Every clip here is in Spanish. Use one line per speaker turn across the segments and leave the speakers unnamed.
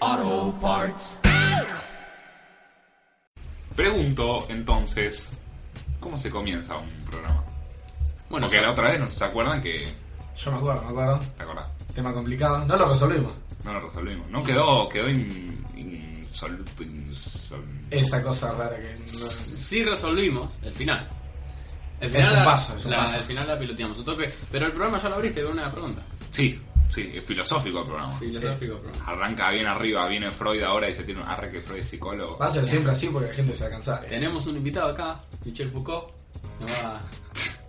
Auto parts.
Pregunto entonces, ¿cómo se comienza un programa?
Bueno,
Porque
yo-
la otra vez no se acuerdan que.
yo me acuerdo, me acuerdo.
¿Te acordás?
Tema complicado. No lo resolvimos.
No lo resolvimos. No quedó, quedó in, insol- insol-
Esa cosa rara que no-
Sí resolvimos el final. El
Es un
la-
paso, es un
la-
paso.
El final la piloteamos a tope. Pero el programa ya lo abriste con una pregunta.
Sí, sí, es filosófico el programa.
Filosófico programa.
Arranca bien arriba, viene Freud ahora y se tiene un arre que Freud es psicólogo.
va a ser siempre así porque la gente se va a cansar. ¿eh?
Tenemos un invitado acá, Michel Foucault. Nos va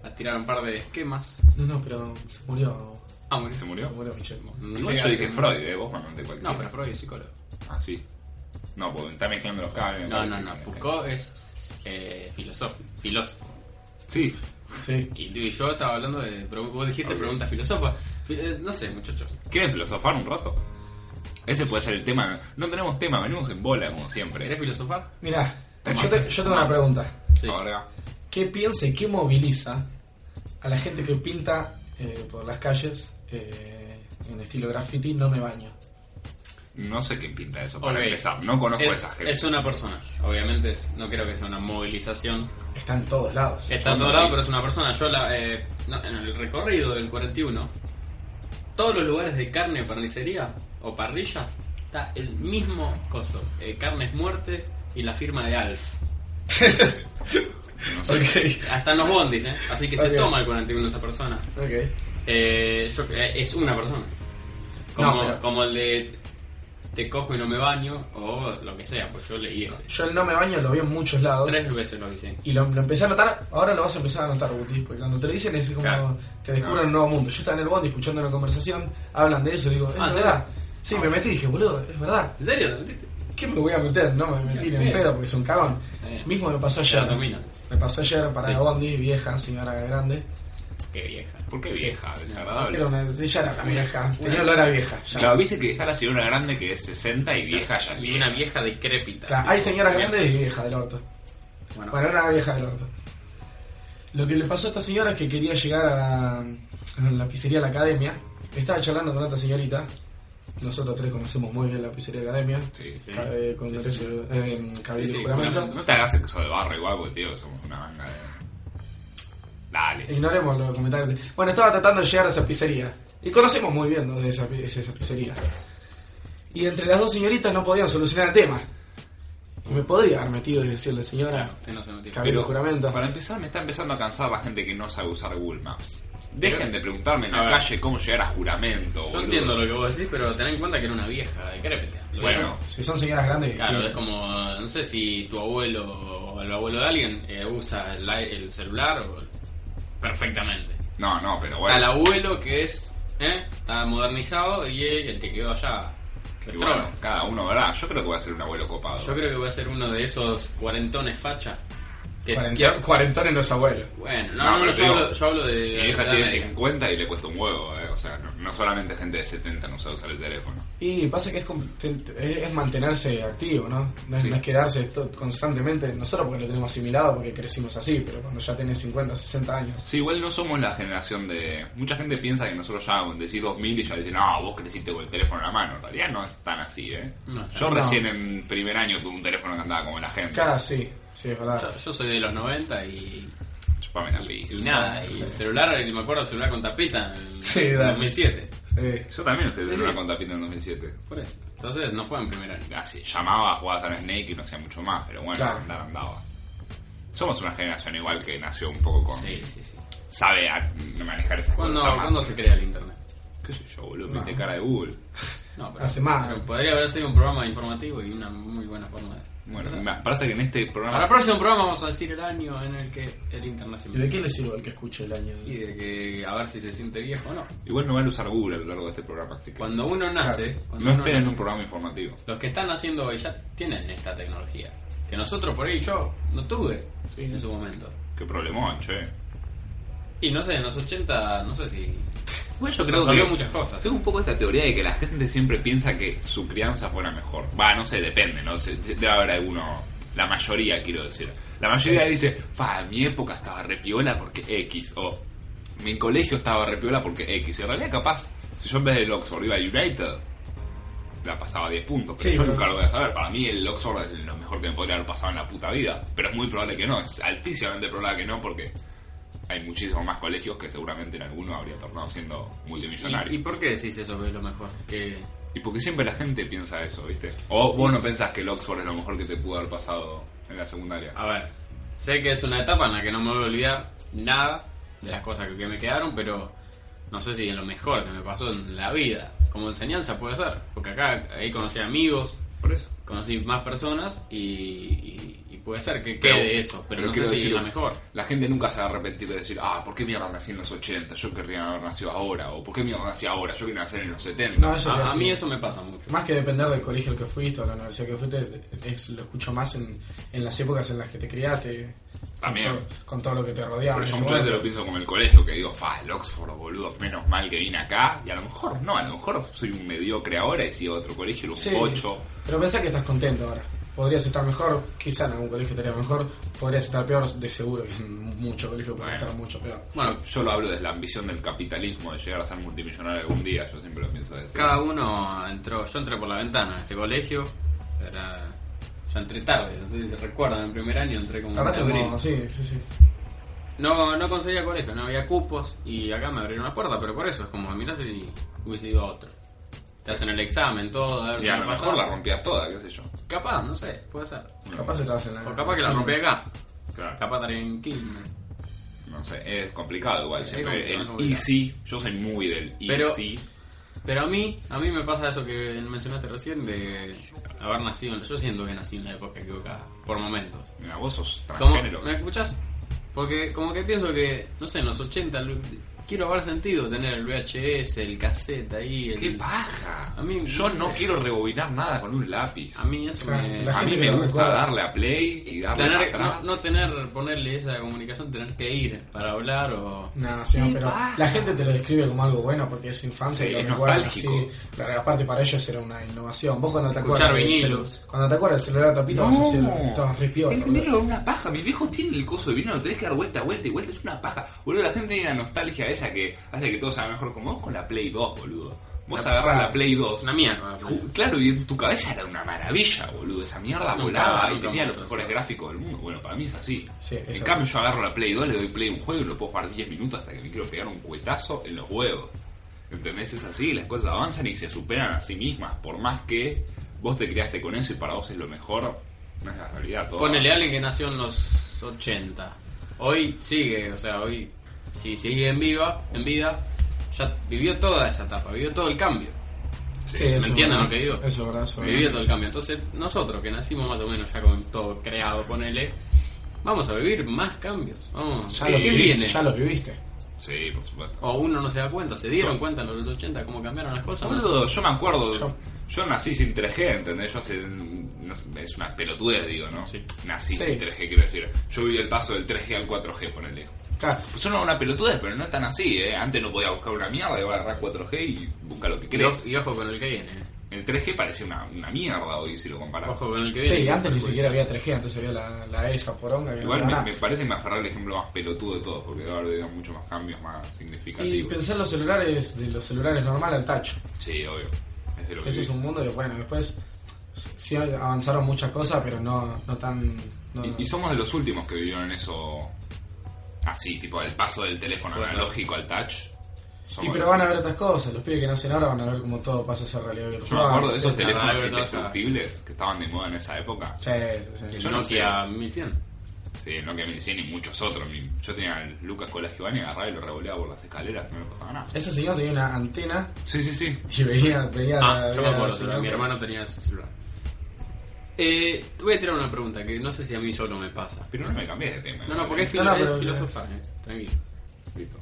a, a tirar un par de esquemas.
No, no, pero se murió.
Ah, muy
¿Se
bien.
murió?
Se murió Michelle.
No
Igual
sé
yo dije
que-
Freud, eh, vos mandaste cualquiera.
No, pero Freud es psicólogo.
Ah, sí. No, pues está mezclando los cables. me
No, no,
parece
no.
que-
Foucault es eh, filosófico. Filósofo.
Sí,
Sí.
Y y yo estaba hablando de. pero Vos dijiste
Ok.
preguntas filosóficas. Fi- eh, No sé, muchachos.
¿quieren filosofar un rato? Ese puede ser el tema. No tenemos tema, venimos en bola como
¿Querés
siempre.
filosofar?
Mirá, yo, te- yo tengo una pregunta.
Sí.
Ahora,
¿Qué piensa y qué moviliza a la gente que pinta eh, por las calles eh, en estilo graffiti no me baño?
No sé quién pinta eso para
Ok.
empezar. No conozco
Es,
esa gente.
es una persona. Obviamente es- no creo que sea una movilización.
Está en todos lados.
Está en todo lado, pero es una persona. Yo la, eh, no, en el recorrido del 41, todos los lugares de carne, parnicería o parrillas, está el mismo coso. Eh, carne es muerte y la firma de Alf.
No sé.
Ok,
Hasta en los bondis, ¿eh? Así que
Ok.
se toma el 41 esa persona.
ok.
Eh, yo, eh, es una persona. Como,
No, pero-
como el de te cojo y no me baño o lo que sea, pues yo leí ese.
Yo el no me baño lo veo en muchos lados.
Tres veces lo hice.
Y lo, lo empecé a notar, ahora lo vas a empezar a notar, Guti, porque cuando te lo dicen es como
Claro.
te descubren un nuevo mundo. Yo estaba en el bondi escuchando una conversación, hablan de eso, digo, es
Ah, ¿en
verdad.
serio?
Sí, me metí y dije, boludo, es verdad.
¿En serio? ¿Te metiste?
¿Qué me voy a meter? No, me metí
Bien,
en
bien.
pedo porque es un cagón.
Bien.
Mismo me pasó
Ya
ayer.
lo dominas.
Me pasó ayer para
Sí.
el bondi, vieja, señora grande.
Qué vieja.
¿Por qué vieja? Desagradable.
Era una, ella era la vieja, tenía
Una-
olor a vieja. ya.
Claro, viste que está la señora grande que es 60 y vieja ya.
Y una vieja decrépita.
Claro, hay señoras grandes y vieja del orto.
Bueno,
Bueno, era una vieja del orto. Lo que le pasó a esta señora es que quería llegar a, a la pizzería La Academia. Estaba charlando con otra señorita. Nosotros tres conocemos muy bien la pizzería La Academia.
Sí, sí.
Ca- eh, con
Sí, sí,
derecho, eh, cabello
Sí, sí,
y juramento.
juramento.
No te hagas sexo de barro igual, porque tío, somos una manga de. Dale.
Ignoremos los comentarios. Bueno, estaba tratando de llegar a esa pizzería. Y conocemos muy bien dónde es esa, es esa pizzería. Y entre las dos señoritas no podían solucionar el tema. Me podría haber metido y decirle, señora,
usted este no se metió.
cabello y juramento.
Para empezar, me está empezando a cansar la gente que no sabe usar Google Maps. Dejen de preguntarme en
A
la
ver.
calle cómo llegar a juramento,
Yo
boludo.
entiendo lo que vos decís, pero ten en cuenta que era una vieja decrépita.
Bueno,
Si son señoras grandes,
Claro,
que-
es como, no sé si tu abuelo o el abuelo de alguien eh, usa el, i- el celular o perfectamente.
no, no, pero
Al
bueno.
abuelo que es, ¿eh? está modernizado y el que quedó allá.
Y
restrón.
bueno, cada uno verá. Yo creo que voy a ser un abuelo copado.
Yo creo que voy a ser uno de esos cuarentones facha. Que,
Cuarentón- Cuarentones no es abuelo.
que- bueno,
No,
no, no,
pero
yo,
digo,
hablo, yo hablo de...
Mi
de
hija
la
tiene
media.
50 y le cuesta un huevo, eh. O sea, no, no solamente gente de 70 no sabe usar el teléfono.
Y pasa que es, com- te- te- es mantenerse activo, ¿no? No es,
Sí.
no es quedarse to- constantemente. Nosotros porque lo tenemos asimilado, porque crecimos así, pero cuando ya tenés 50, 60 años.
Sí, igual no somos la generación de... Mucha gente piensa que nosotros ya decís 2000 y ya dicen, no, vos creciste con el teléfono en la mano. En realidad no es tan así, ¿eh?
No,
Yo
no.
recién en primer año tuve un teléfono que andaba como la gente.
Cada sí, sí, es verdad.
Yo, yo soy de los 90 y,
Chupame la pija.
y nada. Y el celular, el- me acuerdo, el celular con tapita en
Sí,
en
dale.
2007.
Eh,
Yo también usé
sí.
teléfono con tapita en 2007.
Por eso. Entonces no fue en primer año.
Así, Ah, llamaba, jugabas al Snake y no hacía mucho más, pero bueno,
Claro.
andar andaba. Somos una generación igual que nació un poco con...
Sí, sí, sí.
Sabe a- manejar esas
¿Cuándo,
cosas. Está mal.
¿cuándo se crea el internet?
¿Qué sé yo, boludo? Viste cara de Google.
No,
Hace más.
pero podría haber sido un programa informativo y una muy buena forma de.
Bueno, me parece que en este
Para
programa...
el próximo programa vamos a decir el año en el que el internet se
¿Y de qué le sirve el que escuche el año?
Y de que a ver si se siente viejo o no.
Igual no van a usar Google a lo largo de este programa, así que...
Cuando uno nace.
Claro.
cuando
No
uno
esperen
nace-
un programa informativo.
Los que están haciendo hoy ya tienen esta tecnología. que nosotros por ahí yo no tuve
Sí.
en su momento.
Qué problemón, che.
Y no sé, en los 80, no sé si.
Bueno, yo
creo que vio muchas cosas.
Tengo un poco esta teoría de que la gente siempre piensa que su crianza fuera mejor. Va, no sé, depende, ¿no? Se- se- Debe haber alguno. La mayoría, quiero decir. La mayoría dice, fa, mi época estaba repiola porque X. O mi colegio estaba repiola porque X. Y en realidad, capaz, si yo en vez del Oxford iba a United, la pasaba 10 puntos. Pero
Sí,
yo
pero-
nunca lo voy a saber. Para mí, el Oxford es lo mejor que me podría haber pasado en la puta vida. Pero es muy probable que no. Es altísimamente probable que no porque. Hay muchísimos más colegios que seguramente en alguno habría tornado siendo multimillonario.
¿Y, y por qué decís eso que es lo mejor? Que
Y porque siempre la gente piensa eso, ¿viste? O vos no pensás que el Oxford es lo mejor que te pudo haber pasado en la secundaria.
A ver, sé que es una etapa en la que no me voy a olvidar nada de las cosas que, que me quedaron, pero no sé si es lo mejor que me pasó en la vida. Como enseñanza puede ser, porque acá ahí conocí amigos,
Por eso.
conocí más personas y, y- y puede ser que
Pero-
quede eso, pero, no sé
quiero
si es
decir,
la mejor.
La gente nunca se va a arrepentir de decir, ah, ¿por qué mierda nací en los 80? Yo querría haber nacido ahora. O ¿por qué mierda nací ahora? Yo quería nacer en los 70.
No, eso
A,
es
Ah, a mí eso me pasa mucho.
Más que depender del colegio al que fuiste o la universidad que fuiste, es, lo escucho más en, en las épocas en las que te criaste.
También.
Con todo, con todo lo que te rodeaba.
Pero yo
en
muchas
ese
veces lo
momento.
pienso como el colegio, que digo, fa, el Oxford, boludo, menos mal que vine acá. Y a lo mejor no, a lo mejor soy un mediocre ahora y si iba a otro colegio, un
Sí,
8.
Pero pensá que estás contento ahora. Podrías estar mejor, quizá en algún colegio estaría mejor, podrías estar peor, de seguro que en muchos colegios podrías
Bueno.
estar mucho peor.
Bueno,
Yo lo hablo desde la ambición del capitalismo de llegar a ser multimillonario algún día. Yo siempre lo pienso de ese
Cada uno entró, yo entré por la ventana en este colegio, era, yo entré tarde, no sé si se recuerdan, en primer año entré como... en
Tardaste
abril.
como, sí, sí, sí.
No, no conseguía colegio, no había cupos y acá me abrieron la puerta, pero por eso es como, mirá si hubiese ido a otro. Te hacen el examen, todo, a ver
Y
si
a
me
lo
pasaba.
mejor la rompías toda, qué sé yo.
Capaz, no sé, puede ser.
Capaz estabas en la.
O capaz que la rompí acá.
Claro.
Capaz estaría en Quilmes.
No sé, es complicado igual.
Es
Siempre
complicado,
el
complicado.
easy, yo soy muy del easy.
Pero- Pero a mí, a mí me pasa eso que mencionaste recién de haber nacido, en- yo siento que nací en la época equivocada, por momentos.
Mira, vos sos
Como-
transgénero.
¿Me escuchás? Porque como que pienso que, no sé, en los 80 lo- quiero haber sentido tener el VHS, el cassette ahí, el...
¡Qué paja!
A mí-
yo no quiero rebobinar nada con un lápiz.
A mí eso
Claro,
me...
la
A mí
gente
me
que lo
gusta
recuerda.
darle a play y
Ah,
darle
Tener-
para
no,
atrás.
no tener, ponerle esa comunicación, tener que ir para hablar o...
No, sí, no, pero la gente te lo describe como algo bueno porque es infancia
Sí,
y lo
es
recuerda,
nostálgico.
sí. Pero aparte para ellos era una innovación. Vos cuando te
Escuchar
acuerdas. del
vinilos.
celu- Cuando te acuerdas del celular tapito, vas a decir, estabas re piola,
el
boludo.
vinilo es una paja. Mi viejo tiene el coso de vinilo, lo tenés que dar vuelta, vuelta y vuelta. Es una paja. Boludo, la gente tiene la nostalgia esa que hace que todo sea mejor. Como vos con la Play 2, boludo. Vos agarras
claro.
la Play 2,
Es una mierda.
Ju- Claro, y en tu cabeza era una maravilla, boludo. Esa mierda
Nunca,
volaba y
nunca
tenía los
mucho,
mejores
sí.
gráficos del mundo. Bueno, para mí es así.
Sí, es
en
así.
cambio, yo agarro la Play 2, le doy play a un juego y lo puedo jugar 10 minutos hasta que me quiero pegar un cuetazo en los huevos. ¿Entendés? Es así, las cosas avanzan y se superan a sí mismas. Por más que vos te criaste con eso y para vos es lo mejor, no es la realidad. Todo
Ponele a
avanza.
alguien que nació en los 80. Hoy sigue, o sea, hoy si sigue en viva, en vida, ya vivió toda esa etapa, vivió todo el cambio.
Sí,
¿Me
eso,
entienden
¿verdad?
lo que digo?
Eso es verdad, eso es
Vivió
verdad.
todo el cambio. Entonces, nosotros que nacimos más o menos ya con todo creado, ponele, vamos a vivir más cambios. Vamos,
Ya
¿qué
lo
viene?
viviste. Ya lo viviste.
Sí, por supuesto.
O uno no se da cuenta, se dieron
Yo-
cuenta en los 80 cómo cambiaron las cosas. no sé.
Boludo, yo me acuerdo. Yo,
Yo-
nací sin 3G, ¿entendés? Yo hace. no sé, es una pelotudez, digo, ¿no?
Sí.
Nací
Sí.
sin 3G, quiero decir. Yo viví el paso del 3G al 4G, ponele.
Claro,
Pues son una pelotudez, pero no es tan así, ¿eh? Antes no podía buscar una mierda, iba a agarrar 4G y busca lo que
Y
querés.
ojo- y ojo con el que viene. eh.
El 3G parece una, una mierda hoy, si lo comparás.
Ojo con el que viene.
sí, antes ni siquiera había 3G, antes había la, la esa poronga que no
Igual
era
me,
nada.
me parece que me aferré el ejemplo más pelotudo de todos, porque debe haber habido muchos más cambios más
Y
significativos.
pensé en los celulares, de los celulares normal al touch.
Sí, obvio. Es de lo que
Eso
viví.
es un mundo que, bueno, después sí avanzaron muchas cosas, pero no, no tan... no-
Y, y somos de los últimos que vivieron eso así, tipo el paso del teléfono
Bueno.
analógico al touch. Somos
Y pero
los-
van a ver otras cosas, los pibes que nacen ahora van a ver cómo todo pasa a ser realidad virtual.
Yo me acuerdo de esos
etcétera.
Ah,
teléfonos
verdad,
indestructibles que estaban de moda en esa época.
Sí, sí, sí.
Yo no
Nokia 1100.
Sí, el Nokia 1100 y muchos otros. Mi- Yo tenía el Lucas con la Giovanni, agarraba y lo revoleaba por las escaleras, no me pasaba nada.
Ese señor tenía una antena
Sí, sí, sí.
y veía, veía
Ah,
la-
yo me
veía la
acuerdo,
señal.
mi hermano tenía ese celular. Eh, te voy a tirar una pregunta que no sé si a mí solo me pasa.
Pero no me cambié de tema. ¿eh?
No, no, porque es,
No, no,
filo- es
pero-
filosofar, eh, tranquilo.
Listo.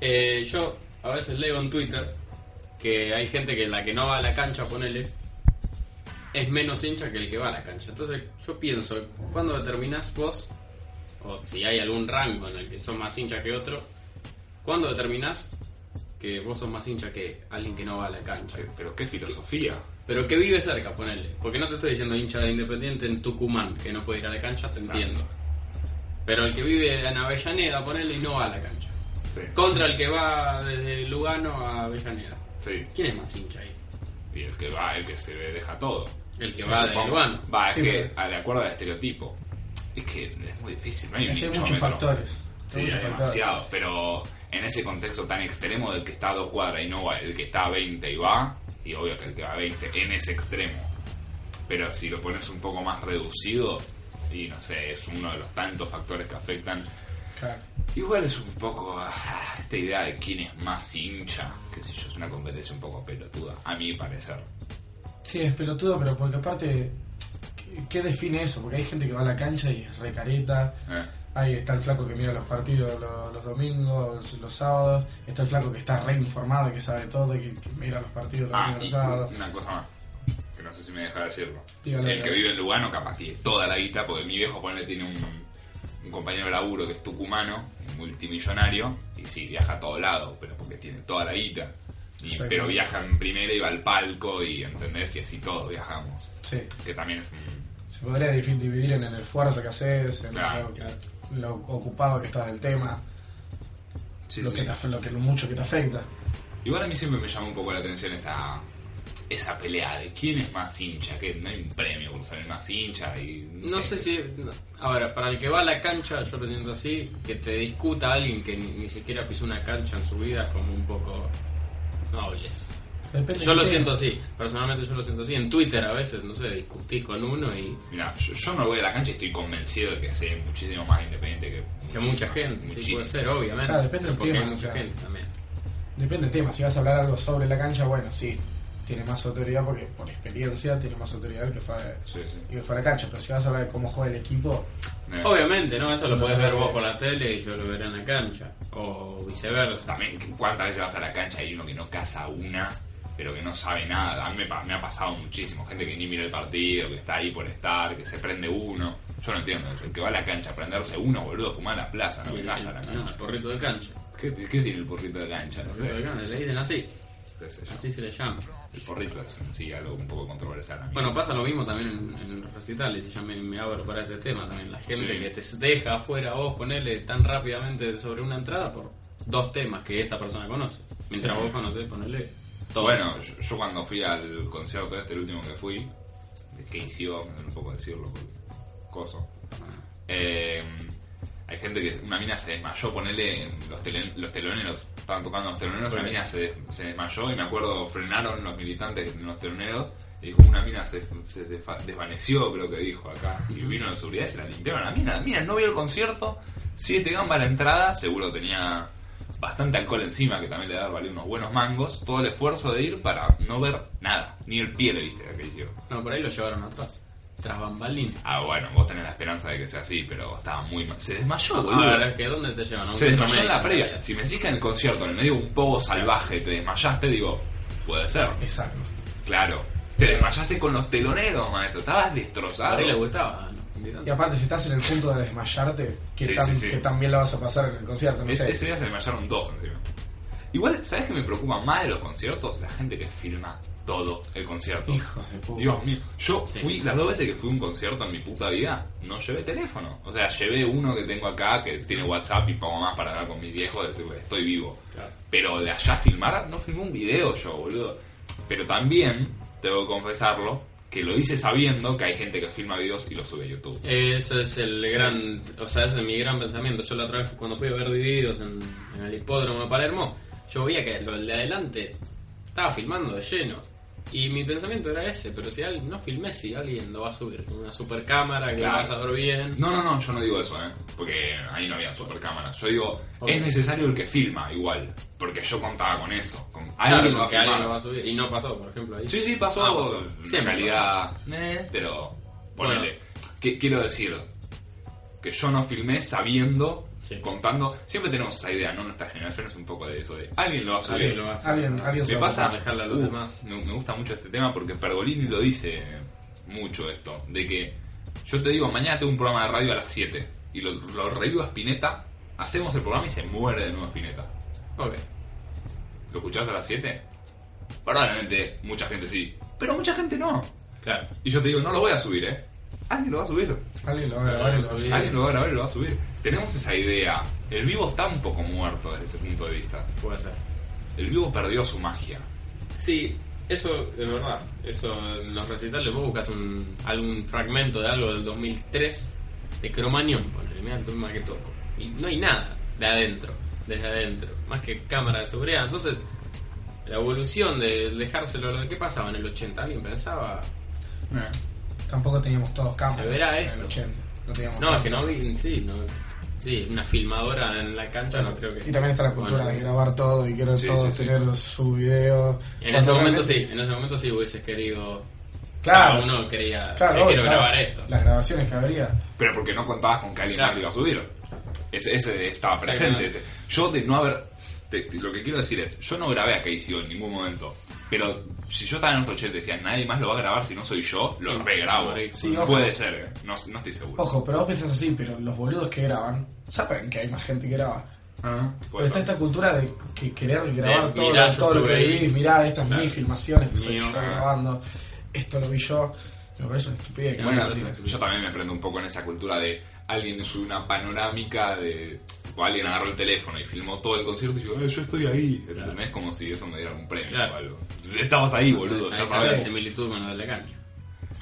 Eh, yo a veces leo en Twitter que hay gente que la que no va a la cancha, ponele, es menos hincha que el que va a la cancha. Entonces yo pienso, ¿cuándo determinás vos, o si hay algún rango en el que sos más hincha que otro, ¿cuándo determinás que vos sos más hincha que alguien que no va a la cancha?
Pero qué filosofía.
Pero que vive cerca, ponele. Porque no te estoy diciendo hincha de Independiente en Tucumán, que no puede ir a la cancha, te entiendo. Pero el que vive en Avellaneda, ponele, y no va a la cancha.
Sí.
Contra el que va desde Lugano a Avellaneda.
Sí.
¿Quién es más hincha ahí?
Y el que va, el que se deja todo.
El que
Sí,
va de
supongo.
Lugano.
Va, es
Sí,
que
pero-
a de acuerdo al estereotipo. Es que es muy difícil, no hay un
Hay muchos
hinchómetro.
factores.
Sí, hay
muchos factores.
demasiado, pero en ese contexto tan extremo del que está a dos cuadras y no va, el que está a 20 y va, y obvio que el que va a 20 en ese extremo. Pero si lo pones un poco más reducido, y no sé, es uno de los tantos factores que afectan.
Claro.
Igual es un poco ah, esta idea de quién es más hincha, que sé yo, es una competencia un poco pelotuda, a mi parecer.
Sí, es pelotudo, pero porque aparte, ¿qué, qué define eso? Porque hay gente que va a la cancha y es recareta.
Eh,
Ahí está el flaco que mira los partidos lo- los, domingos, los, los sábados. Está el flaco que está reinformado y que sabe todo y que, que mira los partidos los
Ah,
domingos,
y
los sábados.
una cosa más, que no sé si me deja decirlo.
Dígalo,
el que
dígalo.
vive en Lugano capaz tiene toda la guita, porque mi viejo ponele tiene un, un compañero de laburo que es tucumano, multimillonario, y sí, viaja a todo lado, pero porque tiene toda la guita. Y-
Exacto.
pero viaja en primera y va al palco y entendés y así todos viajamos.
Sí,
Que también es un-
se podría difi- dividir en el esfuerzo que haces, en
Claro,
lo,
claro.
lo ocupado que estás del tema, lo, Que te, afe- lo que lo mucho que te afecta.
Igual a mí siempre me llama un poco la atención esa, esa pelea de quién es más hincha, que no hay un premio por ser el más hincha y
No sé si. no. A ver, para el que va a la cancha, yo lo siento así, que te discuta alguien que ni, ni siquiera pisó una cancha en su vida, como un poco. No oyes.
Depende
Yo
del
lo
tema.
siento así, personalmente yo lo siento así. En Twitter a veces, no sé, discutí con uno y.
Mira, yo, yo me voy a la cancha y estoy convencido de que sé muchísimo más independiente que,
Que
muchísima-
mucha gente, sí,
Muchísimo.
puede ser, obviamente.
Claro, depende del
porque
tema,
hay mucha
o sea.
gente también.
Depende del tema, si vas a hablar algo sobre la cancha, bueno, sí, tiene más autoridad porque por experiencia tiene más autoridad el que fue,
Sí, sí.
el que fue a la cancha, pero si vas a hablar de cómo juega el equipo,
Eh,
Obviamente, ¿no? Eso lo
No,
podés
no,
ver
no.
vos por la tele y yo lo veré en la cancha. O viceversa.
También, ¿cuántas veces vas a la cancha y hay uno que no caza una, pero que no sabe nada? A mí me, pa- me ha pasado muchísimo. Gente que ni mira el partido, que está ahí por estar, que se prende uno. Yo no entiendo eso. El que va a la cancha a prenderse uno, boludo, fumar a la plaza, no vengas a la
No, el
cancha.
porrito de cancha.
¿Qué, qué tiene el porrito de cancha?
El
No
porrito de
sé.
cancha, le dicen así.
¿Qué sé yo.
Así se le llama.
El porrito es sí, algo un poco controversial. a mí.
Bueno, pasa lo mismo también en, en los recitales, y ya me, me abro para este tema también. La gente
Sí.
que te deja afuera a vos ponerle tan rápidamente sobre una entrada por dos temas que esa persona conoce. Mientras vos conocés, ponele todo.
Bueno, yo, yo cuando fui al concierto este, el último que fui, que hizo, no puedo decirlo, porque- coso. Eh, hay gente que, una mina se desmayó, ponele los, tele- los teloneros, estaban tocando los teloneros, una mina se, des- se desmayó y me acuerdo, frenaron los militantes de los teloneros y dijo, una mina se, se desfa- desvaneció, creo que dijo acá, y vino de seguridad y se la limpiaron a la mina, la mina no vio el concierto, siete gambas a la entrada, seguro tenía bastante alcohol encima que también le da valer unos buenos mangos, todo el esfuerzo de ir para no ver nada, ni el pie le viste a que hicieron.
No, por ahí lo llevaron atrás. Tras bambalinas.
Ah, bueno, vos tenés la esperanza de que sea así, pero estaba muy mal. Se desmayó, boludo.
A ver, Ah, es que ¿dónde te llevan? A un
se
centro
desmayó en la
médico,
previa.
todavía.
Si me decís que en el concierto, en el medio de un pogo salvaje, te desmayaste, digo, puede ser.
es algo.
Claro. Te desmayaste con los teloneros, maestro. Estabas destrozado.
Por ahí le gustaba. ¿no?
Y aparte, si estás en el punto de desmayarte, que,
Sí,
tan,
sí, sí.
que tan bien la vas a pasar en el concierto, no
Es-
sé.
ese día se desmayaron dos encima. Igual, ¿sabes qué me preocupa más de los conciertos? La gente que filma todo el concierto.
Hijos de puta.
Dios mío, yo
Sí.
fui las dos veces que fui a un concierto en mi puta vida, no llevé teléfono. O sea, llevé uno que tengo acá que tiene WhatsApp y pongo más para hablar con mis viejos, decirle estoy vivo.
Claro.
Pero de allá filmar, no filmé un video yo, boludo. Pero también, tengo que confesarlo, que lo hice sabiendo que hay gente que filma videos y los sube a YouTube.
Ese es el gran, o sea, ese es mi gran pensamiento. Yo la otra vez cuando fui a ver divididos en, en el hipódromo de Palermo, yo veía que lo de adelante estaba filmando de lleno. Y mi pensamiento era ese, pero si alguien no filmé, si alguien lo va a subir con una super cámara que
Claro.
lo vas a ver bien.
No, no, no, yo no digo eso, ¿eh? Porque ahí no había supercámaras. Yo digo,
Ok.
es necesario el que filma igual. Porque yo contaba con eso. Con
Claro,
alguien lo va a
que alguien lo
filmar.
va a subir. Y no pasó, por ejemplo, ahí.
Sí, sí, pasó.
Ah, pasó.
En
Siempre
realidad, eh, pero ponele.
Bueno.
Que- quiero decir que yo no filmé sabiendo,
Sí.
contando. Siempre tenemos esa idea, ¿no? Nuestra generación es un poco de eso, de alguien lo va a subir.
lo va a
Alguien, alguien
Me
sabe.
pasa. uh,
dejarla a los
Uf,
demás.
Me, me gusta mucho este tema porque Pergolini lo dice mucho esto, de que yo te digo, mañana tengo un programa de radio a las 7 y lo, lo review a Spinetta, hacemos el programa y se muere de nuevo Spinetta.
Ok.
¿Lo escuchás a las 7? Probablemente mucha gente sí, pero mucha gente no.
Claro.
Y yo te digo, no lo voy a subir, ¿eh? Alguien lo va a subir.
Alguien lo va a grabar y lo va a subir.
Alguien lo va a grabar y lo va a subir. Tenemos esa idea. El vivo está un poco muerto desde ese punto de vista.
Puede ser.
El vivo perdió su magia.
Sí, eso es verdad. Eso en los recitales vos buscas un, algún fragmento de algo del 2003 de Cromañón, ponele, mirá el tema que toco. Y no hay nada de adentro, desde adentro, más que cámara de seguridad. Entonces, la evolución de dejárselo lo que pasaba en el 80, alguien pensaba,
Tampoco teníamos todos cámaras.
Se verá
en el
esto.
80. No, teníamos
no, es que
cámaras.
no vi, sí, no, sí, una filmadora en la cancha, no creo que.
Y también está la cultura
Bueno,
de grabar todo y querer
Sí,
todos
sí, sí.
tener los- su video.
En
Cuando
ese momento
realmente-
sí, en ese momento sí hubieses querido.
Claro.
Cada uno quería.
Claro,
"Che,
obvio,
quiero
¿sabes?
grabar esto.
Las grabaciones que habría.
Pero porque no contabas con que alguien
Claro.
más lo iba a subir. Ese, ese estaba presente.
Exactamente.
ese. Yo de no haber... te- te- lo que quiero decir es, yo no grabé a Casey en ningún momento. Pero si yo estaba en los 80 y decía, nadie más lo va a grabar si no soy yo, lo
Sí.
regrabo.
Sí, ojo.
Puede ser, ¿eh? no, no estoy seguro.
Ojo, pero vos pensás así, pero los boludos que graban saben que hay más gente que graba.
Ah, puede
Pero está
ser.
esta cultura de que querer grabar todo,
mirá,
lo-
yo
todo lo que
estuve ahí.
vivís, mirá, estas
Claro.
mini filmaciones, esto soy
Mío.
yo grabando, esto lo vi yo. Me parece una estupidez.
Claro.
Bueno,
no, no,
yo también me prendo un poco en esa cultura de alguien subió una panorámica de. O alguien agarró el teléfono y filmó todo el concierto y dijo, "Eh, yo estoy ahí. No es como si eso me diera un premio
Claro.
o algo. Estabas ahí, boludo,
Ahí
ya
está la
sabes.
similitud con lo de la cancha,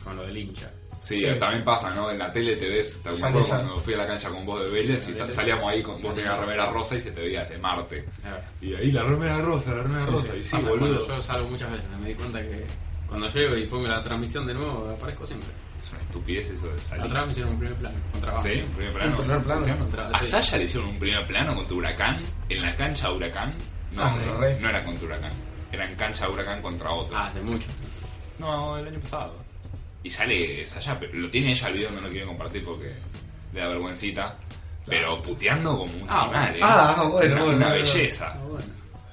con lo del hincha.
Sí,
Sí.
también pasa, ¿no? En la tele te ves, te acuerdas
Salís a-
cuando fui a la cancha con vos de Vélez y ta- salíamos ahí con vos tenías la remera rosa y se te veía de Marte.
Claro.
Y ahí la remera rosa, la remera rosa. Y sí,
Pasa,
boludo.
cuando Yo salgo muchas veces, me di cuenta que cuando llego y pongo la transmisión de nuevo, aparezco siempre.
Es una estupidez eso de salir.
Atrás me hicieron un primer plano, con trabajo.
Sí, en primer plano.
En primer plano.
Con tra-
¿A
sí.
Sasha le hicieron un primer plano contra Huracán? ¿En la cancha de Huracán? No,
Ah,
no,
re.
no era contra Huracán. Era en cancha de Huracán contra otro.
Ah, hace mucho.
no, el año pasado. Y sale Sasha, pero lo tiene ella el video, no lo quiere compartir porque le da vergüencita. Pero puteando como un
Ah,
animal, ¿eh?
Ah,
Una,
bueno, bueno,
una
bueno.
belleza.
Ah, bueno.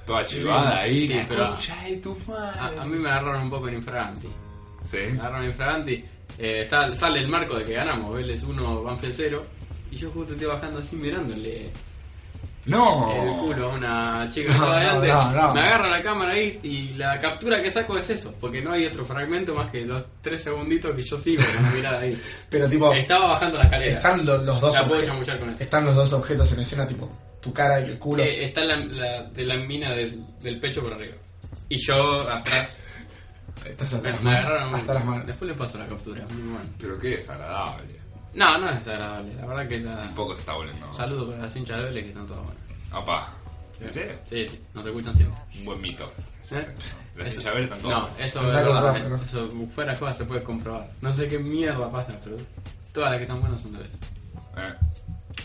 Toda chivada ahí.
Sí,
la
pero-
concha de tu madre.
A, a mí me agarraron un poco en infraganti.
¿Sí?
Me agarraron en infraganti. eh, está- sale el marco de que ganamos, Vélez 1, Banfield 0. Y yo justo estoy bajando así mirándole
¡No!
el culo a una chica que estaba
Oh. No,
adelante.
no, no.
Me agarra la cámara ahí y la captura que saco es eso, porque no hay otro fragmento más que los tres segunditos que yo sigo con la mirada ahí.
Pero tipo,
Estaba bajando la escalera.
Oh. están lo- los dos
la puedo
obje-
chamuchar con eso.
están los dos objetos en escena, tipo tu cara y el culo.
Eh, está la, la- de la mina del, del pecho por arriba. Y yo atrás.
Estás hasta
Bueno,
las
me
manos.
agarraron.
Hasta las manos.
Después le paso la captura. Muy bueno.
Pero qué desagradable.
No, no es desagradable. La verdad que la.
Un poco se está volviendo.
Saludo para las hinchas de Vélez que están todas buenas.
Apá. ¿En serio?
Sí, sí, nos escuchan siempre.
Un buen mito.
¿Eh?
La
Eso-
hincha verde tanto.
No, eso,
Está
es
comprobado,
verdad,
¿no?
eso fuera de joda se puede comprobar. No sé qué mierda pasa, pero todas las que están buenas son de Vélez.
Eh,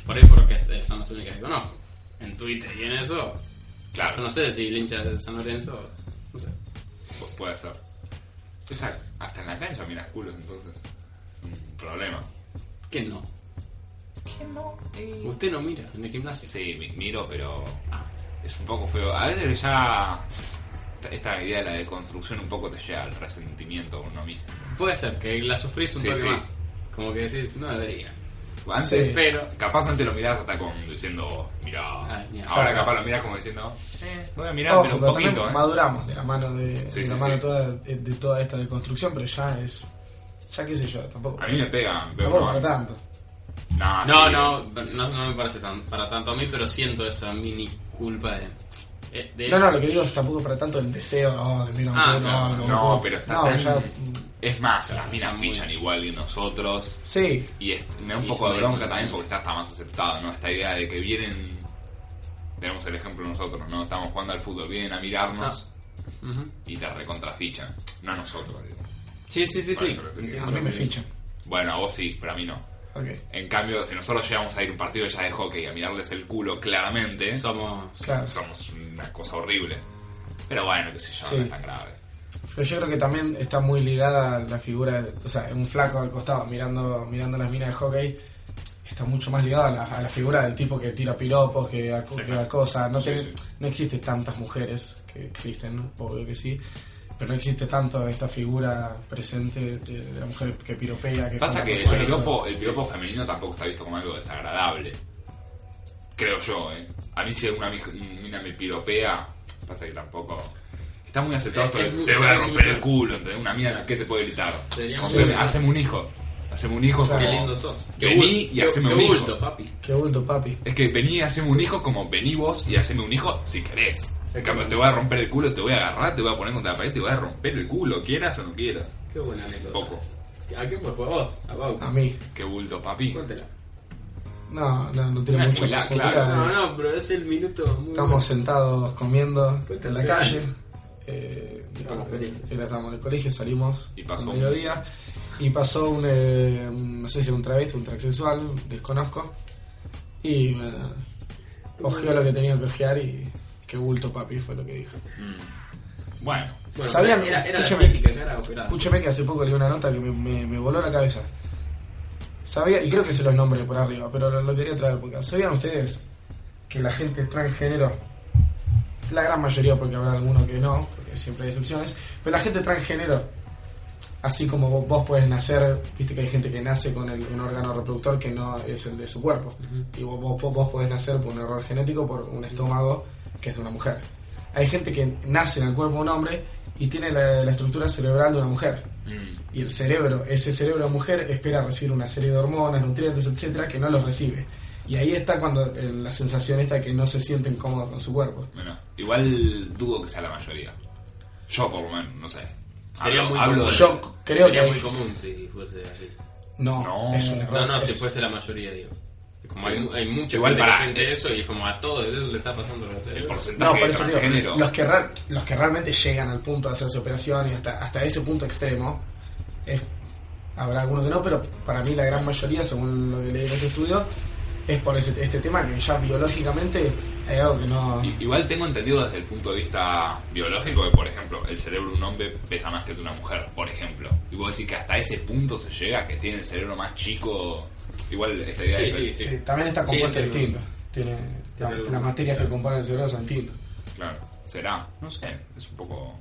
Por ahí porque es- eh, son las únicas que conozco. En Twitter y en eso.
Claro.
Yo no sé si el hincha de San Lorenzo. No sé.
Pues puede ser. Esa- hasta en la cancha miras culos, entonces. Es un problema.
¿Quién no? ¿Quién no? Usted no mira en el gimnasio.
Sí, mi- miro, pero
Ah,
es un poco feo. A veces ya esta- esta idea de la deconstrucción un poco te lleva al resentimiento con uno mismo.
puede ser que la sufrís un
Sí,
poco
sí.
más. Como que decís, no debería.
Antes,
Sí.
Pero.
capaz antes lo mirás hasta con diciendo, mirá.
Ah, mira.
Ahora
Ojo.
capaz lo mirás como diciendo, eh, voy a mirar,
Ojo,
pero un
pero también
poquito, eh.
maduramos de la mano de,
Sí,
de la
sí,
mano
sí.
toda de, de toda esta deconstrucción, pero ya es. Ya qué sé yo, tampoco.
A mí me pega. veo
Tampoco
como-
para tanto.
no,
No,
Ah, sí.
no, no, no me parece tan, para tanto a mí, pero siento esa mini culpa de. eh, de-
No, no, lo que digo es tampoco para tanto el deseo oh, de mira un
Ah,
culo,
claro,
oh,
no,
un culo.
pero está
No,
tan-
ya, mm,
Es más, las minas
está muy-
pinchan igual que nosotros.
Sí,
Y es- me da un
Y
poco
es
de
una
bronca
discusión.
también porque está hasta más aceptado, ¿no? Esta idea de que vienen. Tenemos el ejemplo nosotros, ¿no? Estamos jugando al fútbol, vienen a mirarnos
Ah. Ujú.
y te recontrafichan. No a nosotros, digo.
Sí, sí, sí, sí.
Bueno, pero-
Entiendo.
a mí me fichan.
Bueno, a vos sí, pero a mí no.
Ok,
En cambio, si nosotros llegamos a ir a un partido ya de hockey a mirarles el culo claramente,
Somos.
claro.
somos una cosa horrible. Pero bueno, qué sé yo,
Sí.
no es tan grave.
Pero yo creo que también está muy ligada la figura, de- o sea, un flaco al costado mirando, mirando las minas de hockey, está mucho más ligada a la, a la figura del tipo que tira piropos, que, aco-
Sí,
que
claro.
acosa. No,
Sí,
te-
sí.
no existe tantas mujeres que existen, ¿no? obvio que sí. Pero no existe tanto esta figura presente de, de la mujer que piropea. Que
Pasa
con-
que
con-
el piropo, el piropo femenino tampoco está visto como algo desagradable. Creo yo, ¿eh? A mí si una mij- mina me piropea, pasa que tampoco... Está muy aceptado esto
Es
de,
muy-
te voy a
es
romper
muy-
el culo, ¿entendés? Una mina, ¿qué te puede gritar?
Sería
Rompeme-
muy-
Haceme un hijo. Haceme un hijo.
Claro.
Qué
como,
lindo sos. Qué
Vení y
qué-
haceme
qué
un hijo.
bulto, papi.
Qué bulto, papi.
Es que vení y haceme un hijo como vení vos y haceme un hijo si querés. En cambio, te voy a romper el culo, te voy a agarrar, te voy a poner contra la pared, te voy a romper el culo, quieras o no quieras.
Qué buena anécdota.
Poco.
¿A qué fue? ¿Fue a vos? ¿A Bau?
A mí.
Qué bulto, papi.
Cuéntela.
No, no, no tiene
No es
mucho.
muy la-
profundidad.
claro.
No, no, pero es el minuto muy...
Estamos sentados comiendo en la
Sí.
calle. Eh,
Estamos
era-
felices.
era- estábamos en el colegio, salimos
Y pasó
al
un-
mediodía. Y pasó un, eh, un- no sé si era un travesti, un transexual, desconozco. Y me cogió lo que tenía que ojear y qué bulto papi fue lo que dijo.
Mm. Bueno.
Bueno,
Sabían-
era, era la
escúchame.
típica cara operada.
Escúchame que hace poco leí una nota que me, me- me voló la cabeza. Sabía, y creo que se los nombres por arriba, pero lo, lo quería traer porque ¿sabían ustedes que la gente transgénero, la gran mayoría porque habrá alguno que no, porque siempre hay excepciones, pero la gente transgénero, así como vos, vos podés nacer, viste que hay gente que nace con el- un órgano reproductor que no es el de su cuerpo,
Ujú.
y vos, vos, vos podés nacer por un error genético, por un estómago que es de una mujer. Hay gente que nace en el cuerpo de un hombre y tiene la, la estructura cerebral de una mujer.
Mm.
Y el cerebro, ese cerebro de mujer, espera recibir una serie de hormonas, nutrientes, etcétera, que no los recibe. Y ahí está cuando eh, la sensación está que no se sienten cómodos con su cuerpo.
Bueno, igual dudo que sea la mayoría. Yo, por lo menos, no sé.
Sería muy común.
de-
Yo creo
Sería
que.
muy común si fuese así.
No,
No.
es un error.
No, no,
es-
si fuese la mayoría, digo. Como hay, hay mucha
Igual
gente
para-
que siente eso y es como a todos eso le está pasando lo
El
No,
porcentaje
por
de
eso digo,
transgénero.
los que, ra- los que realmente llegan al punto de hacerse operación y hasta, hasta ese punto extremo, es- habrá alguno que no, pero para mí la gran mayoría, según lo que leí en este estudio, es por ese- este tema que ya biológicamente hay algo que no...
I- Igual tengo entendido desde el punto de vista biológico que, por ejemplo, el cerebro de un hombre pesa más que el de una mujer, por ejemplo. Y vos decís que hasta ese punto se llega, que tiene el cerebro más chico. Igual esta idea
Sí,
de-
sí, sí.
Sí, también está compuesto
tiene-
distinto. Tiene, la-
algo.
las materias que componen el cerebro son distintas.
Claro, será. No sé, es un poco.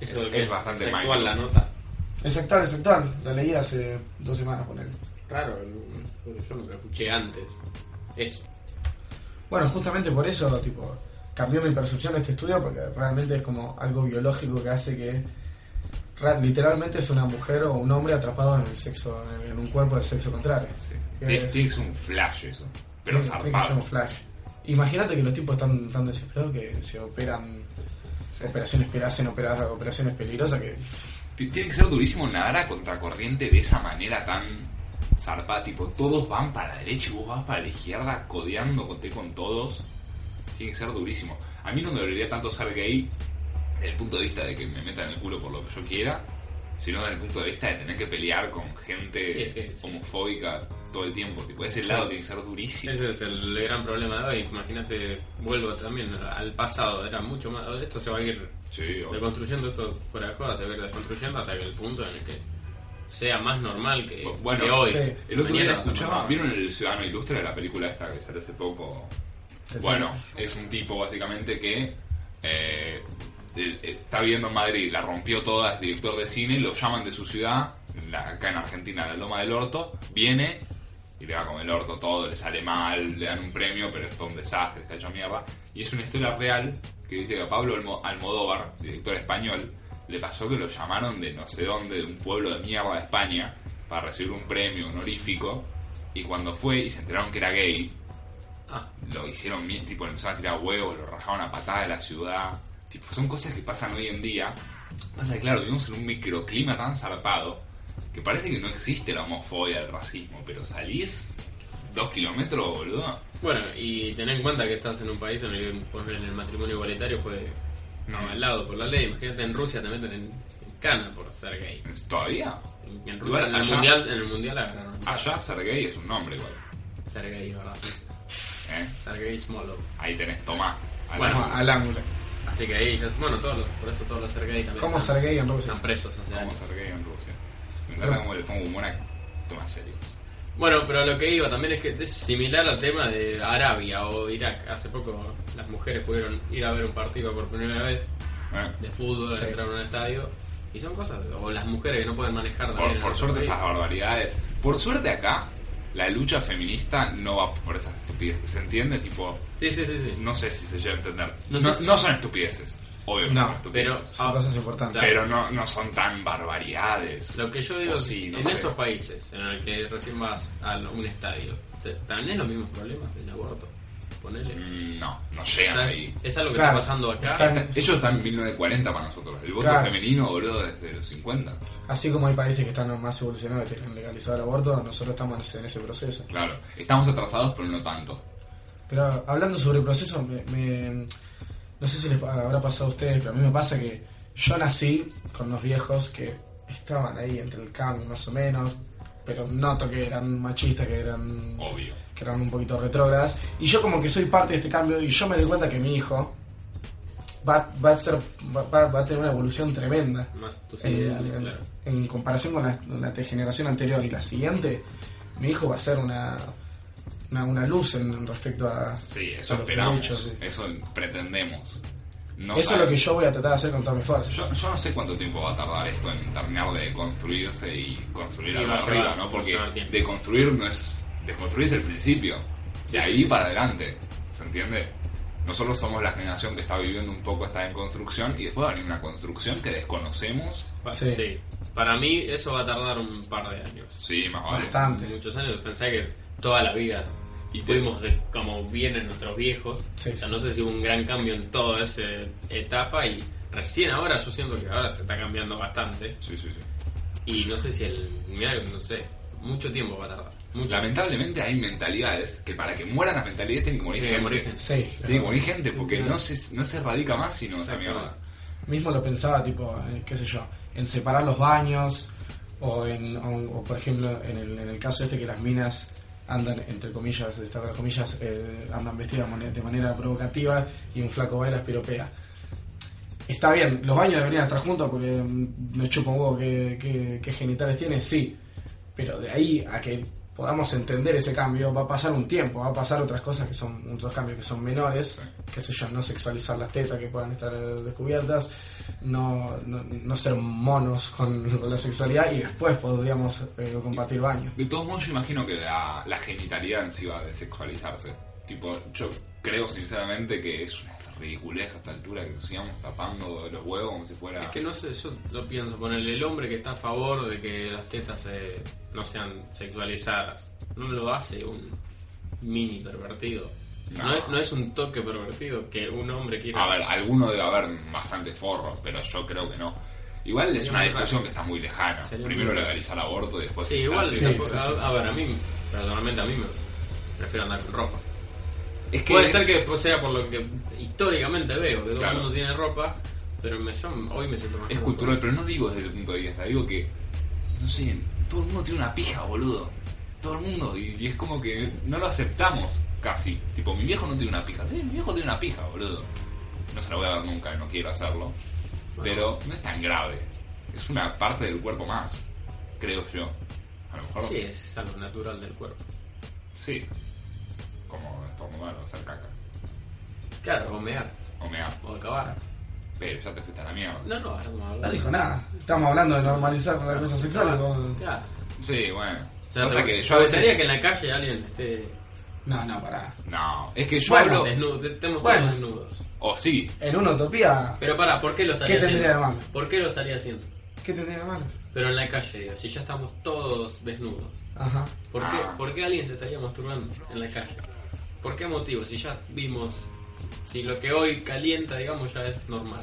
Eso
Es-
que
es bastante
sexual
mal.
la nota.
Es actual, es actual. La leí hace dos semanas, ponele.
Raro, porque yo nunca escuché antes eso.
Bueno, justamente por eso, tipo, cambió mi percepción de este estudio porque realmente es como algo biológico que hace que ra- literalmente es una mujer o un hombre atrapado en el sexo, en un cuerpo del sexo contrario.
Sí.
Eh,
Tiene tiene que ser un flash eso. Pero
tiene- tiene que ser
zarpado.
un flash. Imagínate que los tipos están tan desesperados que se operan
Sí.
operaciones, pe- hacen opera- operaciones peligrosas que
T- Tiene que ser durísimo nadar a contracorriente de esa manera tan zarpada. Tipo, todos van para la derecha y vos vas para la izquierda codeándote con todos. Tiene que ser durísimo. A mí no me dolería tanto ser gay desde el punto de vista de que me metan el culo por lo que yo quiera, sino desde el punto de vista de tener que pelear con
Sí,
gente
es que sí.
homofóbica todo el tiempo. Tipo, ese lado tiene que ser durísimo.
Ese es el gran problema de hoy. Imagínate, vuelvo también al pasado, era mucho más. Esto se va a ir
Sí, obvio.
deconstruyendo, esto fuera de joda, se va a ir desconstruyendo hasta que el punto en el que sea más normal que,
Bueno,
que hoy.
sí.
El otro día
Mañana
la
va a ser
escuchaba,
normal.
¿vieron el Ciudadano Ilustre de la película esta que salió hace poco?
Te
Bueno,
tengo.
es un tipo básicamente que eh, eh, está viviendo en Madrid, la rompió toda, es director de cine, lo llaman de su ciudad, la- acá en Argentina, la Loma del Orto, viene y le va con el orto todo, le sale mal, le dan un premio, pero es todo un desastre, está hecho mierda. Y es una historia real que dice que a Pablo Almo- Almodóvar, director español, le pasó que lo llamaron de no sé dónde, de un pueblo de mierda de España, para recibir un premio honorífico. Y cuando fue y se enteraron que era gay,
Ah,
lo hicieron bien, tipo, le empezaron a tirar huevos, lo rajaron a patada de la ciudad. Tipo, son cosas que pasan hoy en día. Pasa que, claro, vivimos en un microclima tan zarpado que parece que no existe la homofobia, el racismo, pero salís dos kilómetros, boludo.
Bueno, y ten en cuenta que estás en un país en el que por ejemplo, en el matrimonio igualitario fue avalado por la ley. Imagínate en Rusia te meten en, en cana por ser gay.
¿Todavía?
En, en Rusia,
Igual
en, el
allá-
mundial, en el mundial agarraron
Allá ser gay es un nombre, igual.
ser gay, ¿verdad?
¿eh?
Ser gay Smolov.
Ahí tenés, tomá. Alá.
Bueno.
al ángulo.
Así que ahí, ya, bueno, todos los, por eso todos los ser gay también.
¿Cómo
están,
ser gay en Rusia?
Están presos hace
¿cómo
años.
ser gay en Rusia? Me encanta cómo le pongo humor a temas serios.
Bueno, pero a lo que iba también es que es similar al tema de Arabia o Irak. Hace poco las mujeres pudieron ir a ver un partido por primera vez
Eh.
de fútbol,
Sí.
entrar a un estadio. Y son cosas, o las mujeres que no pueden manejar también
Por,
en
por
nuestro
suerte
país.
esas barbaridades. Por suerte acá, la lucha feminista no va por esas estupideces. ¿Se entiende? Tipo,
Sí, sí, sí, sí.
no sé si se llega a entender.
No
No,
sé si-
no son estupideces. Obvio que
No,
no son estupideces.
pero-
Son
Ah,
cosas importantes.
claro.
Pero no, no son tan barbaridades.
Lo que yo digo
O
es,
sí, no
en
sé.
esos países en el que recién vas a un estadio, te- también los mismos problemas del aborto. Ponele.
Mm, No, no
O
llegan
sea,
ahí.
es algo que
Claro.
está pasando acá.
Está-
Está- ellos están en 1940 para nosotros. El voto
Claro.
femenino, boludo, desde los 50.
Así como hay países que están más evolucionados y tienen legalizado el aborto, nosotros estamos en ese proceso.
Claro. Estamos atrasados, pero no tanto.
Pero hablando sobre el proceso, me, me- no sé si les pa- habrá pasado a ustedes, pero a mí me pasa que yo nací con unos viejos que estaban ahí entre el cambio más o menos, pero noto que eran machistas, que eran
Obvio.
que eran un poquito retrógradas. Y yo como que soy parte de este cambio y yo me doy cuenta que mi hijo va, va a, ser, va, va- va a tener una evolución tremenda.
Más
Pues
tus
En,
ideales,
en-
claro.
en comparación con la, la te- generación anterior y la siguiente, mi hijo va a ser una, una, una luz en respecto a...
Sí, eso
a los
esperamos.
derechos, sí.
Eso pretendemos. No
Eso es
sabe-
lo que yo voy a tratar de hacer con toda mi fuerza.
Yo, yo no sé cuánto tiempo va a tardar esto en terminar de construirse y construir
Y
algo
va a
arriba,
llevar-
¿no?
va a
Porque
llevar tiempo.
de construir no es. De construir es el principio. De ahí para adelante. ¿Se entiende? Nosotros somos la generación que está viviendo un poco, está en construcción, y después va a venir una construcción que desconocemos.
Pa-
Sí.
sí. Para mí eso va a tardar un par de años.
Sí, más vale.
Bastante.
Muchos años. Pensé que toda la vida. Y tuvimos de- como vienen nuestros viejos.
Sí,
o sea,
sí.
no sé si hubo un gran cambio en toda esa etapa. Y recién ahora yo siento que ahora se está cambiando bastante.
Sí, sí, sí.
Y no sé si el. Mirá, no sé. Mucho tiempo va a tardar. Mucho.
Lamentablemente hay mentalidades que para que mueran las mentalidades tienen que morir
Tiene que
gente.
morir gente.
Sí.
Tiene que morir gente porque
Claro.
no se, no se erradica más sino esa
Exacto.
mierda.
Mismo lo pensaba, tipo, eh, qué sé yo, en separar los baños o, en, o- o, por ejemplo, en el, en el caso este que las minas andan, entre comillas, destaco las comillas, eh, andan vestidas mone- de manera provocativa y un flaco baila las piropea. Está bien, los baños deberían estar juntos porque mm, me chupo un huevo qué, qué- qué genitales tiene, sí, pero de ahí a que podamos entender ese cambio va a pasar un tiempo, va a pasar otras cosas que son, otros cambios que son menores, qué sé yo, no sexualizar las tetas que puedan estar eh, descubiertas, no, no, no ser monos con, con la sexualidad y después podríamos eh, compartir baños.
De todos modos, yo imagino que la, la genitalidad en sí va a desexualizarse. Tipo, yo creo sinceramente que es una ridiculez a esta altura que nos sigamos tapando los huevos como si fuera.
Es que no sé, yo lo pienso, ponerle el hombre que está a favor de que las tetas eh, no sean sexualizadas, no lo hace un mini pervertido. No.
No.
es, no es un toque pervertido que un hombre quiera.
A ver, alguno debe haber bastante forro, pero yo creo que no. Igual es
Sería
una
muy
discusión que está muy lejana.
Sería
Primero
muy-
legalizar el aborto y después.
Sí, igual,
Sí,
tampoco-
sí, sí.
A, a ver, a mí, personalmente a mí me prefiero andar con ropa.
Es que
Puede
es-
ser que pues, sea por lo que históricamente veo, que todo el
Claro.
mundo tiene ropa, pero me, yo hoy me siento más
Es
cómodo.
cultural, pero no digo desde el punto de vista, digo que, no sé, todo el mundo tiene una pija, boludo. Todo el mundo, y, y es como que no lo aceptamos casi. Tipo, mi viejo no tiene una pija. Sí, mi viejo tiene una pija, boludo. No se la voy a dar nunca, no quiero hacerlo. Pero no es tan grave. Es una parte del cuerpo más, creo yo. A lo mejor.
Sí, es algo natural del cuerpo.
Sí. Como estornudar o hacer caca.
Claro, o mear,
O mea.
o acabar.
Pero ya te fuiste a la mierda.
No, no, ahora vamos a
No
hablar.
dijo nada, estamos hablando de normalizar la cosa sexual. con-
Claro.
Sí, bueno.
O sea,
Pasa
te-
que
te
yo a veces.
gustaría que en la calle alguien esté
No, no, pará.
No, es que yo
Bueno,
hablo.
desnudo, te- estemos
Bueno.
todos desnudos.
O sí,
En una utopía,
Pero para, ¿por qué lo estaría
¿Qué tendría
haciendo?
de malo?
¿Por qué lo estaría haciendo?
¿qué tendría de malo?
Pero en la calle, digo, si ya estamos todos desnudos,
Ajá.
¿por, qué,
Ah.
¿por qué alguien se estaría masturbando en la calle? ¿Por qué motivo? Si ya vimos, si lo que hoy calienta, digamos, ya es normal.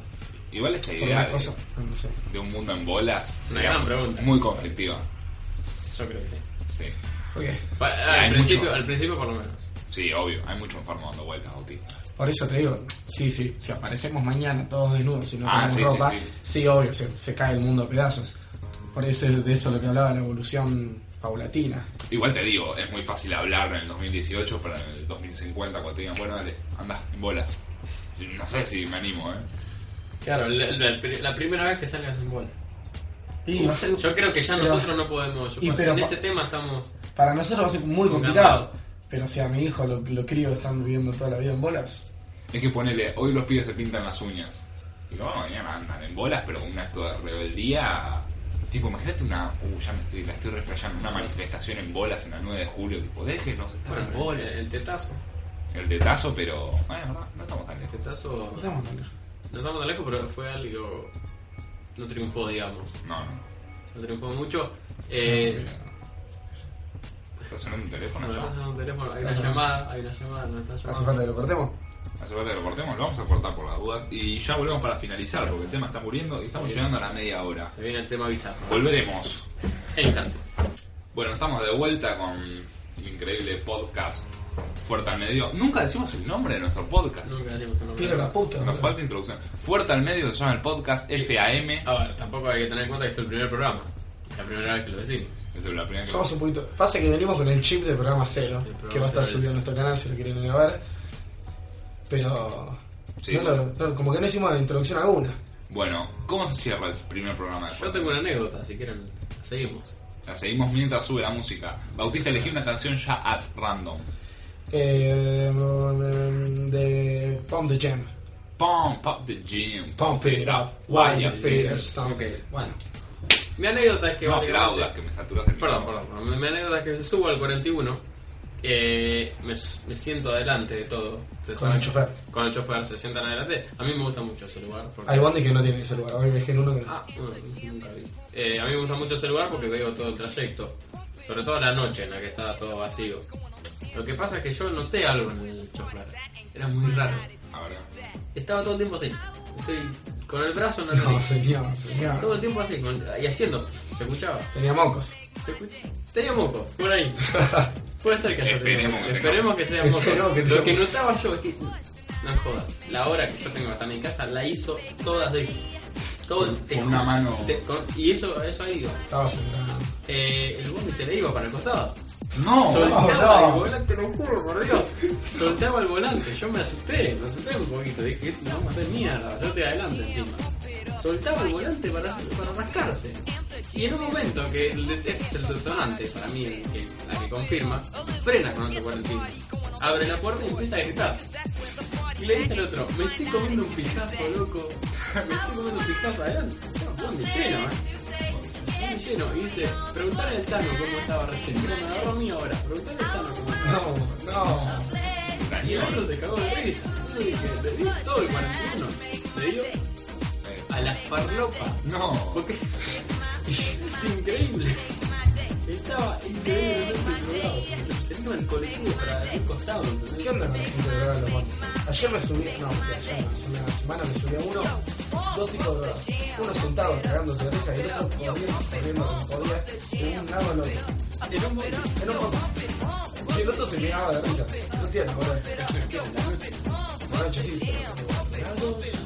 Igual esta
Por
idea
una
de,
cosa, no sé.
de un mundo en bolas
Una
sería
gran pregunta.
Muy conflictiva.
Yo creo que sí.
Sí.
¿Por qué?
Pa- ah,
Hay
al, principio,
mucho.
al principio, por lo menos.
Sí, obvio. Hay mucho enfermo dando vueltas, autista.
Por eso te digo, sí, sí, si aparecemos mañana todos desnudos y no
Ah,
tenemos
sí, sí,
ropa, sí,
sí.
obvio, se, se cae el mundo a pedazos. Por eso es de eso lo que hablaba la evolución paulatina.
Igual te digo, es muy fácil hablar en el 2018, pero en el 2050 cuando te digan, bueno, dale, anda, en bolas. No sé si me animo, ¿eh?
Claro, la, la- la primera vez que salgas en bola.
Y va a ser-
Yo creo que ya
pero-
nosotros no podemos. yo-
y pero-
en ese tema estamos.
Para nosotros va a ser muy
Con
complicado.
ganado.
Pero si a mi hijo lo, lo crío están viviendo toda la vida en bolas,
Es que ponele, hoy los pibes se pintan las uñas. Y luego mañana andan en bolas, pero con un acto de rebeldía. Tipo, imagínate una. Uh, ya me estoy, la estoy refrayando. Una manifestación en bolas en la 9 de julio. Tipo, déjenos estar
Bueno,
en
el,
bolas.
el tetazo.
El tetazo, pero. Bueno, no, no estamos tan lejos.
El tetazo.
No estamos tan lejos.
No estamos tan lejos, pero fue algo. No triunfó, digamos.
No, no.
No triunfó mucho. Eh,
¿Está sonando un teléfono
bueno,
ya?
pasa un teléfono, hay una
Ajá.
llamada, hay una llamada, no está
¿Hace falta
llamando.
que lo cortemos?
Hace falta que lo cortemos, lo vamos a cortar por las dudas. Y ya volvemos para finalizar, porque el tema está muriendo y estamos llegando a la media hora.
Se viene el tema bizarro.
Volveremos.
En instantes.
Bueno, estamos de vuelta con el increíble podcast Fuerte al Medio. Nunca decimos el nombre de nuestro podcast.
Nunca daremos un nombre.
Pero la puta.
Nos falta introducción. Fuerte al Medio se llama el podcast FAM.
A ver, tampoco hay que tener en cuenta que es el primer programa. Es la primera vez que lo decimos.
Esa Este es la primera que-
Somos un poquito. Pasa que venimos con el chip del programa cero,
El programa
que va a estar
cero.
subido a nuestro canal si lo quieren elevar. Pero.
Sí.
no lo- no, como que no hicimos la introducción alguna.
Bueno, ¿cómo se cierra el primer programa de
Yo
Fuerte?
tengo una anécdota, si quieren, la seguimos.
La seguimos mientras sube la música. Bautista elegí una canción ya at random.
Eh, mm, de Pump the Jam.
Pump up the gym.
Pump it up, why your feet are stomping.
Ok.
Bueno,
Mi anécdota es que
No
básicamente-
aplaudas, que me saturas el
Perdón,
micrófono.
perdón, perdón. Mi- Mi anécdota es que subo al 41, eh, me, me siento adelante de todo. Ustedes
Con
saben,
el chofer.
Con el chofer, se sientan adelante. A mí me gusta mucho ese lugar. Porque,
hay Bondi que no tiene ese lugar. Hoy me dijeron uno que no.
Ah, bueno, nunca vi. Eh, a mí me gusta mucho ese lugar porque veo todo el trayecto. Sobre todo la noche en la que estaba todo vacío. Lo que pasa es que yo noté algo en el chofer. Era muy raro.
A ver.
Estaba todo el tiempo así. Estoy con el brazo en la
No,
nariz.
señor,
Todo
señor.
el tiempo así, con- y haciendo. Se escuchaba.
Tenía mocos.
Se escucha- Tenía moco, por ahí. Puede ser que haya tenido
Esperemos
moco.
que no.
Esperemos que sea moco.
Esperemos que
Lo
sea
que
moco.
notaba yo es que. uh, No jodas. La hora que yo tengo hasta mi casa la hizo todas de. Todo el
Con
te-
una mano.
te- con- y eso, a eso ahí iba.
Estaba sentado.
Eh, el bondi se le iba para el costado.
No,
Soltaba
no.
el volante, lo juro, por Dios. Soltaba el volante. Yo me asusté, me asusté un poquito. Dije, "Este no vamos a hacer mierda. Yo te adelante encima. Soltaba el volante para, hacer- para rascarse. Y en un momento que el de- este es el detonante, para mí, el que- la que confirma, frena con otro 41. Abre la puerta y empieza a gritar. Y le dice al otro, me estoy comiendo un pijazo, loco. Me estoy comiendo un pijazo adelante. No, ¿Dónde lleno, eh? Muy lleno, y dice, preguntale al Tano cómo estaba recién. Mira, me agarró a mí ahora, preguntale al Tano cómo
No,
estaba.
no.
Y el otro se cagó de risa. Entonces dije, le di todo el 41. Le dio a las farlopas.
no.
Porque es increíble. Estaba increíblemente drogado. Se vino al colectivo para el costado, ¿entendés?
¿Qué onda con la gente de droga en los bondis? Ayer me subí, no, ayer no, hace una semana me subí a uno, dos tipos de drogas. Uno sentado cagándose de risa y el otro corriendo, corriendo como podía, de un lado al otro. En un bondi, en un bondi. Y el otro se miraba de risa. No tiene, boludo. Por la noche sí, pero. cagados.